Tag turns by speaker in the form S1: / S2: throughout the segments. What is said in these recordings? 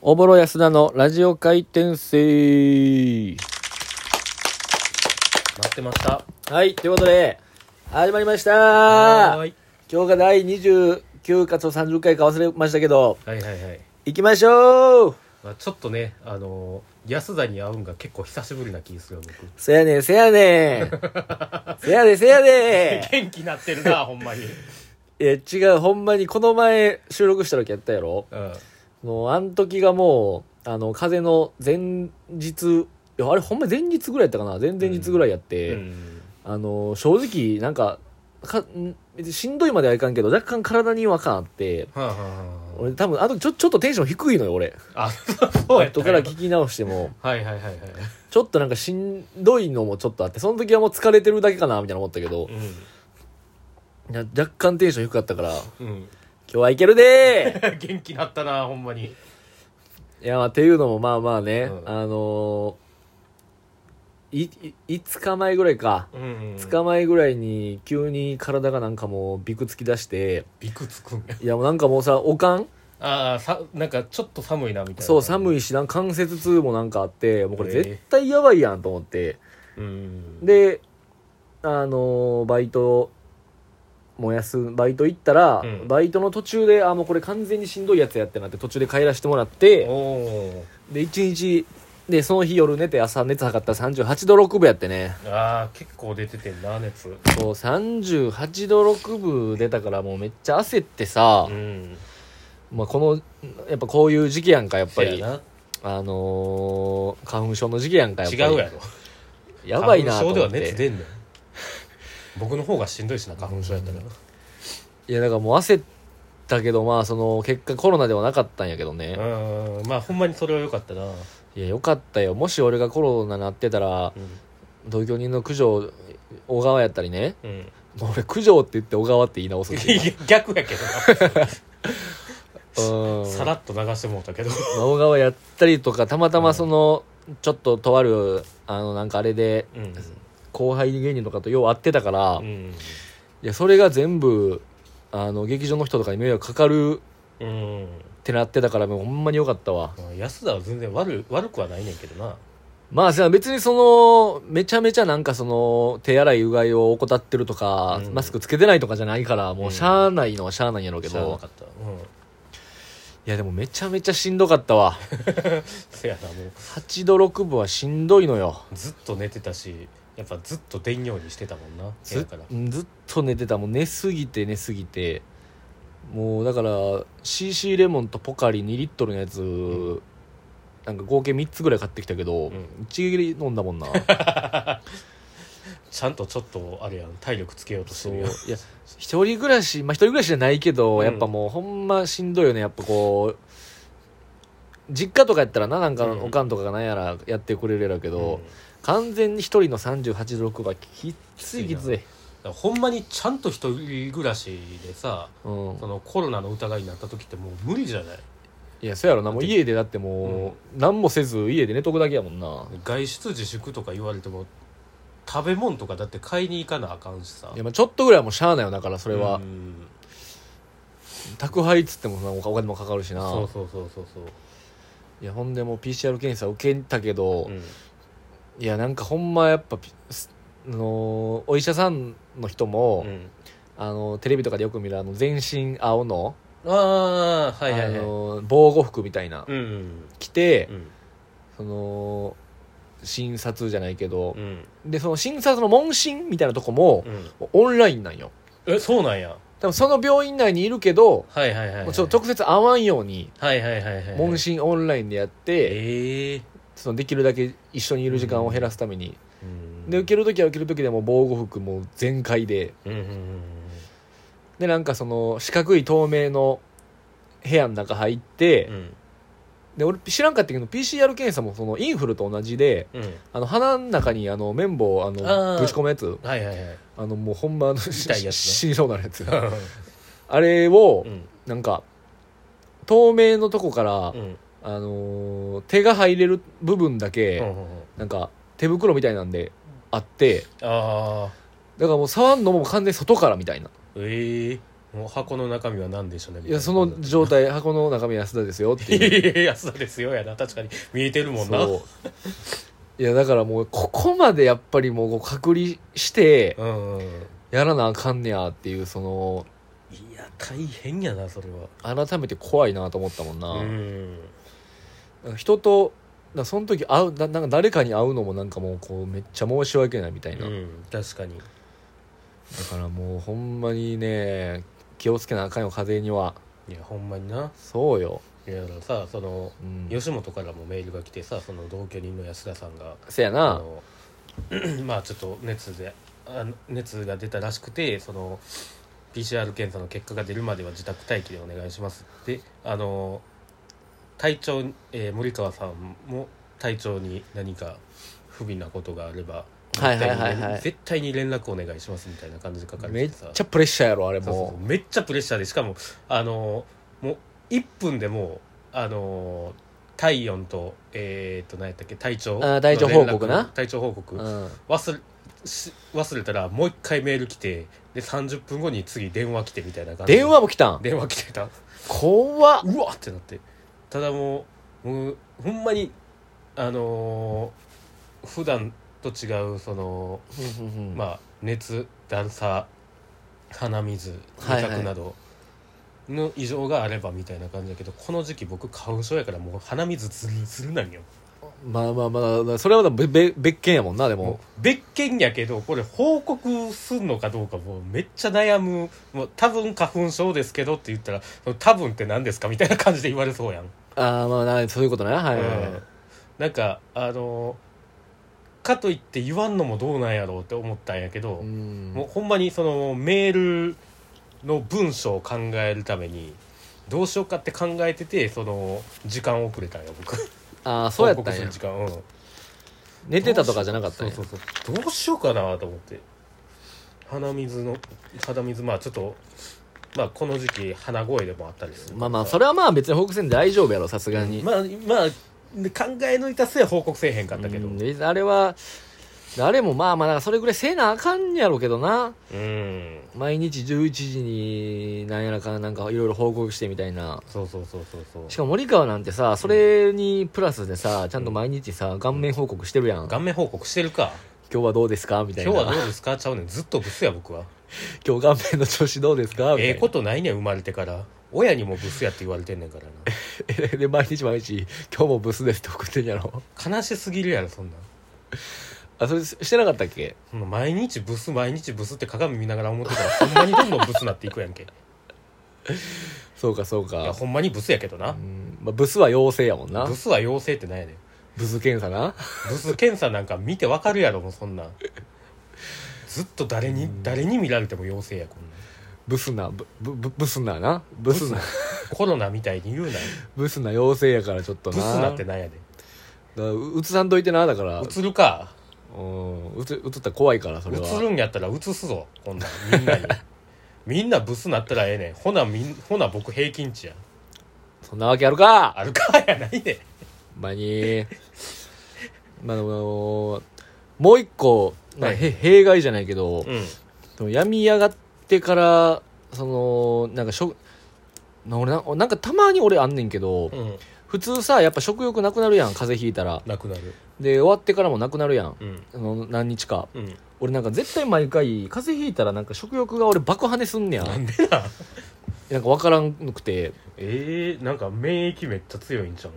S1: おぼろ安田のラジオ回転生
S2: 待ってました
S1: はいということで始まりました
S2: ーい
S1: 今日が第29かと30回か忘れましたけど
S2: はいはいはい、
S1: 行きましょう
S2: まあ、ちょっとねあのー安田に会うんが結構久しぶりな気するよ僕
S1: せやねんせやね んせやでせやで
S2: 元気になってるなほんまに、
S1: いや違うほんまにこの前収録した時やったやろ
S2: うん、
S1: もうあの時がもうあの風の前日いやあれほんま前日ぐらいやったかな前々日ぐらいやって、
S2: うん
S1: あの正直なんかかん別にしんどいまではいかんけど若干体に違和感あって
S2: はあはあは
S1: 俺多分あの時ちょちょっとテンション低いのよ俺
S2: ああそうそうやった
S1: 後から聞き直しても
S2: はいはいはいはい、
S1: ちょっとなんかしんどいのもちょっとあってその時はもう疲れてるだけかなみたいな思ったけどいや若干テンション低かったから今
S2: うん うん、
S1: 日はいけるで
S2: 元気になったなほんまに
S1: ーいやまあっていうのもまあまあね、
S2: うん
S1: あのーいい5日前ぐらいか
S2: うん、うん、
S1: 5日前ぐらいに急に体がなんかもうビクつき出して
S2: びくつくんや
S1: いやもうなんかもうさおかん
S2: ああさなんかちょっと寒いなみたいな
S1: そう寒
S2: い、
S1: いしなんか関節痛もなんかあってもうこれ
S2: ええ
S1: 絶対やばいやんと思って、
S2: うん、
S1: であのーバイトも休んバイト行ったら、
S2: うん
S1: バイトの途中であもうこれ完全にしんどいやつやってなって途中で帰らせてもらって
S2: お
S1: で1日でその日夜寝て朝熱測ったら38度6分やってね
S2: おああ結構出ててんな熱
S1: そう38度6分出たからもうめっちゃ焦ってさ
S2: う、ん
S1: まあ、このやっぱこういう時期やんかやっぱ
S2: せ
S1: り
S2: やな
S1: あのー花粉症の時期やんかやっぱり
S2: 違うやろ
S1: やばいなと
S2: 花粉症で
S1: 思っ
S2: は熱
S1: て
S2: 出んねん僕の方がしんどいしな花粉症やったから
S1: いやだからもう焦ったけどまあその結果コロナではなかったんやけどね
S2: うんまあほんまにそれは良かったな、うん
S1: いやよかったよもし俺がコロナなってたら同居人の九条小川やったりね
S2: うん、い
S1: もう俺九条って言って小川って言い直すし
S2: や逆やけど
S1: うん
S2: なさらっと流してもうたけど
S1: 小川やったりとかたまたまそのちょっととあるあのなんかあれで
S2: うん、
S1: 後輩芸人とかとよう会ってたから、
S2: う
S1: い
S2: ん
S1: やそれが全部あの劇場の人とかに迷惑かかる
S2: うん
S1: ってなってたからもうほんまによかったわ
S2: まあ安田は全然悪い悪くはないねんけどな
S1: まあさ別にそのめちゃめちゃなんかその手洗いうがいを怠ってるとか、
S2: うん
S1: マスクつけてないとかじゃないからもうしゃあないのはしゃあないんやろうけ
S2: 知らな
S1: ど、
S2: かったうん
S1: いやでもめちゃめちゃしんどかったわ
S2: せやなもう
S1: 8度6分はしんどいのよ
S2: ずっと寝てたしやっぱずっと出んようにしてたもんな部
S1: ず
S2: 屋
S1: っ
S2: から
S1: ずっと寝てたもう寝すぎて寝すぎてもうだから CC レモンとポカリ2リットルのやつ、
S2: う
S1: なんか合計3つぐらい買ってきたけど、
S2: うん
S1: 一撃で飲んだもんな
S2: ちゃんとちょっとあれやん体力つけようとして
S1: そう
S2: る
S1: い
S2: よ
S1: や一人暮らしまあ一人暮らしじゃないけど、
S2: うん
S1: やっぱもうほんましんどいよねやっぱこう実家とかやったらななんか
S2: うん
S1: おかんとかがなんやらやってくれるやろうけど、完全に一人の38度6はきっついき
S2: き
S1: つ
S2: つ
S1: い
S2: いうんほんまにちゃんと一人暮らしでさ
S1: うん
S2: そのコロナの疑いになった時ってもう無理じゃない
S1: いやそうやろなもう家でだってもう、何もせず家で寝とくだけやもんな
S2: 外出自粛とか言われても食べ物とかだって買いに行かなあかんしさ
S1: いやまあちょっとぐらいはもうしゃあないよだからそれは、
S2: うん
S1: 宅配っつってもそんなお金もかかるしな
S2: そうそうそうそうそう
S1: いやほんでもう PCR 検査受けたけど、
S2: うん
S1: いやなんかほんまやっぱピすあのーお医者さんの人も、
S2: うん
S1: あのーテレビとかでよく見るあの全身青の,、
S2: ああーはいはいはい
S1: あのー防護服みたいな、
S2: うんうん
S1: 着て、
S2: うん
S1: その診察じゃないけど
S2: う、ん
S1: でその診察の問診みたいなとこも
S2: う、ん
S1: オンラインなんよ
S2: えそうなんや
S1: 多分その病院内にいるけど、
S2: はいはいはいはい
S1: もうちょっと直接会わんように
S2: はいはいはいはい
S1: 問診オンラインでやって、
S2: ええ
S1: そのできるだけ一緒にいる時間を減らすために、
S2: うん
S1: で受ける時は受ける時でもう防護服もう全開で。
S2: うんうんうん
S1: でなんかその四角い透明の部屋の中入って、
S2: うん
S1: で俺知らんかったけど PCR 検査もそのインフルと同じで
S2: うん
S1: あの鼻の中にあの綿棒をあの
S2: あー
S1: ぶち込むやつ
S2: はいはいはい
S1: あのもうほんまあの
S2: 痛いやつね
S1: し死にそうなるやつあれを
S2: うん
S1: なんか透明のとこから、
S2: うん
S1: あのー手が入れる部分だけ、
S2: うんうんうん
S1: なんか手袋みたいなんであって
S2: ああ
S1: だからもう触んのも完全に外からみたいな
S2: ええもう箱の中身は何でしょうねみ
S1: い
S2: たいな
S1: やその状態箱の中身安田ですよって
S2: い
S1: いう
S2: やいやいやそうですよやな確かに見えてるもんなう
S1: そういやだからもうここまでやっぱりもう隔離して
S2: んうん
S1: やらなあかんねやっていうその
S2: いや大変やなそれは
S1: 改めて怖いなと思ったもんな、
S2: うん
S1: なんか人とだからその時会うだなんか誰かに会うのもなんかもうこうめっちゃ申し訳ないみたいな、
S2: う
S1: だ
S2: ん確かに
S1: からもうほんまにね気をつけなあかんよ風邪にはい
S2: やほんまにな
S1: そうよ、
S2: いやだからさその
S1: うん、
S2: 吉本からもメールが来てさその同居人の安田さんが
S1: せや
S2: あ
S1: な
S2: の まあちょっと熱であの熱が出たらしくてその PCR 検査の結果が出るまでは自宅待機でお願いしますであの体調、えー森川さんも体調に何か不備なことがあれば
S1: はいはいはいはい
S2: 絶対に連絡お願いしますみたいな感じで書かれ
S1: め
S2: て
S1: って
S2: さ
S1: ちゃプレッシャーやろあれ
S2: そうそうそう
S1: も
S2: めっちゃプレッシャーでしかもあのーもう1分でもうあのー体温とえー、っと何やったっけ体調
S1: あー体調報告な
S2: の連絡体調報告、
S1: ううん
S2: 忘れし忘れたらもう一回メール来てで30分後に次電話来てみたいな感じで
S1: 電話も来たん
S2: 電話来てた
S1: 怖っ
S2: うわってなってただもうもうほんまにあのー普段と違うその
S1: まあ
S2: まあ、熱段差鼻水味
S1: はいはい
S2: 覚などの異常があればみたいな感じだけど、この時期僕花粉症やからもう鼻水ズルズルなんよ
S1: まあまあまあそれはでもべべ別件やもんなでも
S2: もう別件やけどこれ報告すんのかどうかもうめっちゃ悩むもう多分花粉症ですけどって言ったらその多分って何ですかみたいな感じで言われそうやん、
S1: ああまあなそういうことねはいはいはい、
S2: うんなんかあのかといって言わんのもどうなんやろうって思ったんやけど、
S1: うん
S2: もうほんまにそのメールの文章を考えるためにどうしようかって考えててその時間遅れたんよ僕
S1: ああ そうやった
S2: 報告
S1: ん
S2: す
S1: や
S2: る時間、うん、
S1: 寝てたとかじゃなかったんや
S2: そうそうそうどうしようかなと思って鼻水の肌水まあちょっとまあこの時期鼻声でもあったりする
S1: まあまあそれはまあ別に報告せんで大丈夫やろさすがに、
S2: まあまあ考え抜いた末報告せえへんかったけど
S1: うん別にあれは誰もまあまあなんかそれぐらいせなあかんやろうけどな
S2: うん
S1: 毎日11時になんやらかなんかいろいろ報告してみたいな
S2: そうそうそうそうそう
S1: しかも森川なんてさそれにプラスでさちゃんと毎日さ顔面報告してるやん今
S2: 顔面報告してるか
S1: 日はどうですかみたい
S2: 今
S1: な
S2: 日はどうですかちゃうねんずっとブスや僕は
S1: 今日顔面の調子どうですかみたい
S2: え
S1: な
S2: えことないねん生まれてから親にもブスやって言われてんねんから
S1: で毎日毎日今日もブスですって送ってんやろ
S2: な悲しすぎるやろそんなん
S1: あそれしてなかったっけ
S2: その毎日ブス毎日ブスって鏡見ながら思ってたらほんまにどんどんブスなっていくやん けい
S1: そうかそう
S2: や
S1: か
S2: ほんまにブスやけどな
S1: うんまあ、ブスは陽性やもんな
S2: ブスは陽性ってなんやねん
S1: ブス検査な
S2: ブス検査なんか見てわかるやろもうそんなんずっと誰に誰に見られても陽性やこんなん
S1: ブスなブブブブスななブスな
S2: コロナみたい に言うなよ
S1: ブスな陽性やからちょっと
S2: ブ
S1: な
S2: スなってなんやね
S1: だからううつさんといてなだから
S2: ん映るか
S1: うんうつうつったら怖いからそれは
S2: 映るんやったら映すぞこんなんみんな にみんなブスなったらええねんほなみんほな僕平均値や
S1: そんなわけあるか
S2: あるかやないで
S1: ほんまにまあでももう一個、まあ
S2: はい
S1: へ弊害じゃないけど、
S2: うん
S1: でも病み上がってからそのなんかしょな俺ななんかたまに俺あんねんけど、
S2: うん
S1: 普通さやっぱ食欲なくなるやん風邪ひいたら
S2: なくなる
S1: で終わってからもなくなるやん
S2: うん
S1: あの何日か
S2: うん
S1: 俺なんか絶対毎回風邪ひいたらなんか食欲が俺爆跳ねすんねや
S2: な
S1: なん
S2: でなん
S1: んかわからんくて
S2: えー、なんか免疫めっちゃ強いんじゃん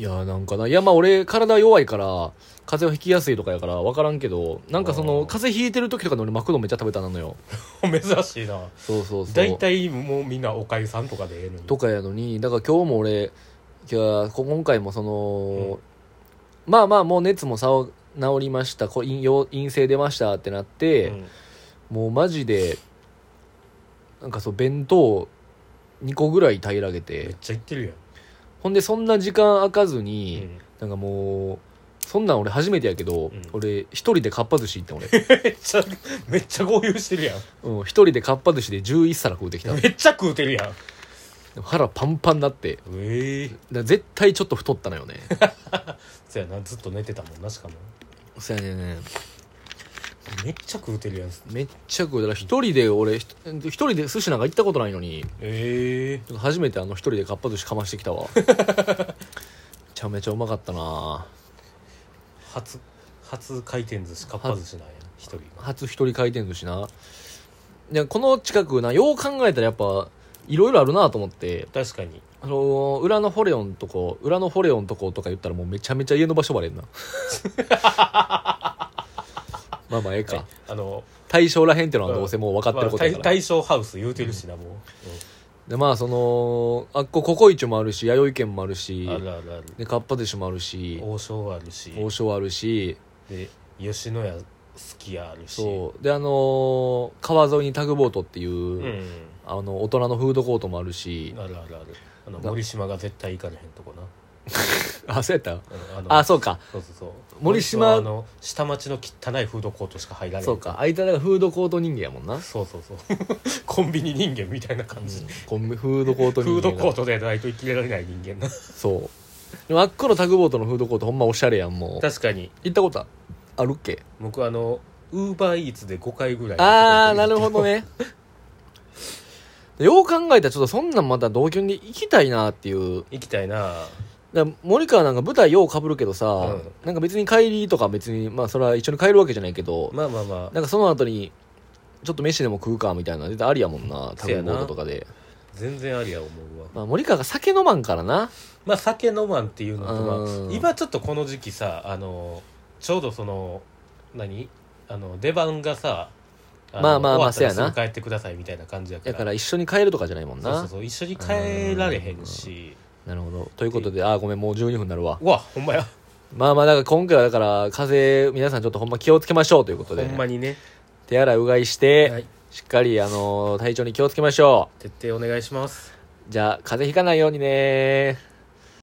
S1: いやなんかないやまあ俺体弱いから風邪をひきやすいとかやからわからんけどなんかそ
S2: あー
S1: の風邪ひいてる時とかに俺マクドめっちゃ食べたなのよ
S2: 珍しいな
S1: そうそうそう
S2: 大体もうみんなおかゆさんとかでええのに
S1: とかやのにだから今日も俺いやこ今回もその、まあまあもう熱もさお治りましたこ陰陽陰性出ましたってなって、
S2: うん
S1: もうマジでなんかそう弁当2個ぐらい平らげ
S2: めってちゃ言ってるやん
S1: ほんでそんな時間空かずに、
S2: うん
S1: なんかもうそんなん俺初めてやけど、
S2: ん
S1: 俺一人でかっぱ寿司行った俺
S2: めっちゃめっちゃ合流してるやん
S1: うん一人でかっぱ寿司で11皿食うてきた
S2: めっちゃ食うてるやん
S1: 腹パンパンになってだか
S2: ええ
S1: ら絶対ちょっと太ったのよね
S2: そやなずっと寝てたもんなしかも
S1: そうやねんね
S2: めっちゃ食うてるやん
S1: めっちゃ食うだから一人で俺ひ一人で寿司なんか行ったことないのに
S2: ええ
S1: 初めてあの一人でかっぱ寿司かましてきた わめちゃめちゃうまかったな
S2: 初初回転寿司かっぱ寿司なんや一人
S1: 初一人回転寿司なでこの近くなよう考えたらやっぱいろいろあるなと思って
S2: 確かに
S1: あのー裏のフォレオンとこ裏のフォレオンとことか言ったらもうめちゃめちゃ家の場所バレんな まあまあええか、
S2: はいあの
S1: 対象らへんってのはどうせもう分かってることや
S2: ま
S1: から、
S2: あ大大正ハウス言うてるしなもう、
S1: でまあそのあっこココイチもあるし弥生県もあるし
S2: あるあるある
S1: でかっぱ寿司もあるし
S2: 王将あるし
S1: 王将あるし
S2: で吉野家好きやあるし
S1: そうであのー川沿いにタグボートっていう、
S2: うん
S1: あの大人のフードコートもあるし
S2: あるあるあるあの
S1: だ
S2: 森島が絶対行かれへんとこな
S1: あそうやった
S2: あの
S1: あそうか
S2: そうそうそう
S1: 森島
S2: はあの下町の汚いフードコートしか入らない
S1: そうかあいたらフードコート人間やもんな
S2: そうそう そうコンビニ人間みたいな感じ、
S1: コンビフードコート人
S2: フー
S1: 間が
S2: ドコートでないと生きられない人間な
S1: そうでもあっこのタグボートのフードコートほんまおしゃれやんもう
S2: 確かに
S1: 行ったことあるっけ
S2: 僕あのウーバーイーツで5回ぐらい
S1: ああなるほどね よう考えたらちょっとそんなんまた同居に行きたいなっていう
S2: 行きたいな
S1: だから森川なんか舞台ようかぶるけどさ、
S2: うん
S1: なんか別に帰りとか別にまあそれは一緒に帰るわけじゃないけど、
S2: まあまあまあ
S1: なんかその後にちょっと飯でも食うかみたいな絶対ありやもんなタ
S2: せ
S1: グ
S2: や
S1: ボ
S2: な
S1: ートとかで、
S2: 全然ありや思うわ
S1: まあ、森川が酒飲まんからな
S2: まあ酒飲まんっていうのと
S1: う
S2: ま
S1: ん
S2: あ今ちょっとこの時期さあのちょうどその何あの出番がさの
S1: まあまあまあ
S2: 終わったら
S1: せやな
S2: すぐ帰ってくださいみたいな感じやから
S1: だから一緒に帰るとかじゃないもん
S2: そう
S1: な
S2: そうそう一緒に帰られへんし
S1: なるほどということであーごめんもう12分になるわ
S2: うわほんまや
S1: まあまあだから今回はだから風邪皆さんちょっとほんま気をつけましょうということ
S2: ほ
S1: で
S2: んまにね
S1: 手洗いうがいして、
S2: はい
S1: しっかり、あのー体調に気をつけましょ
S2: 徹底お願いします
S1: う。じゃあ、風邪ひかないようにねー。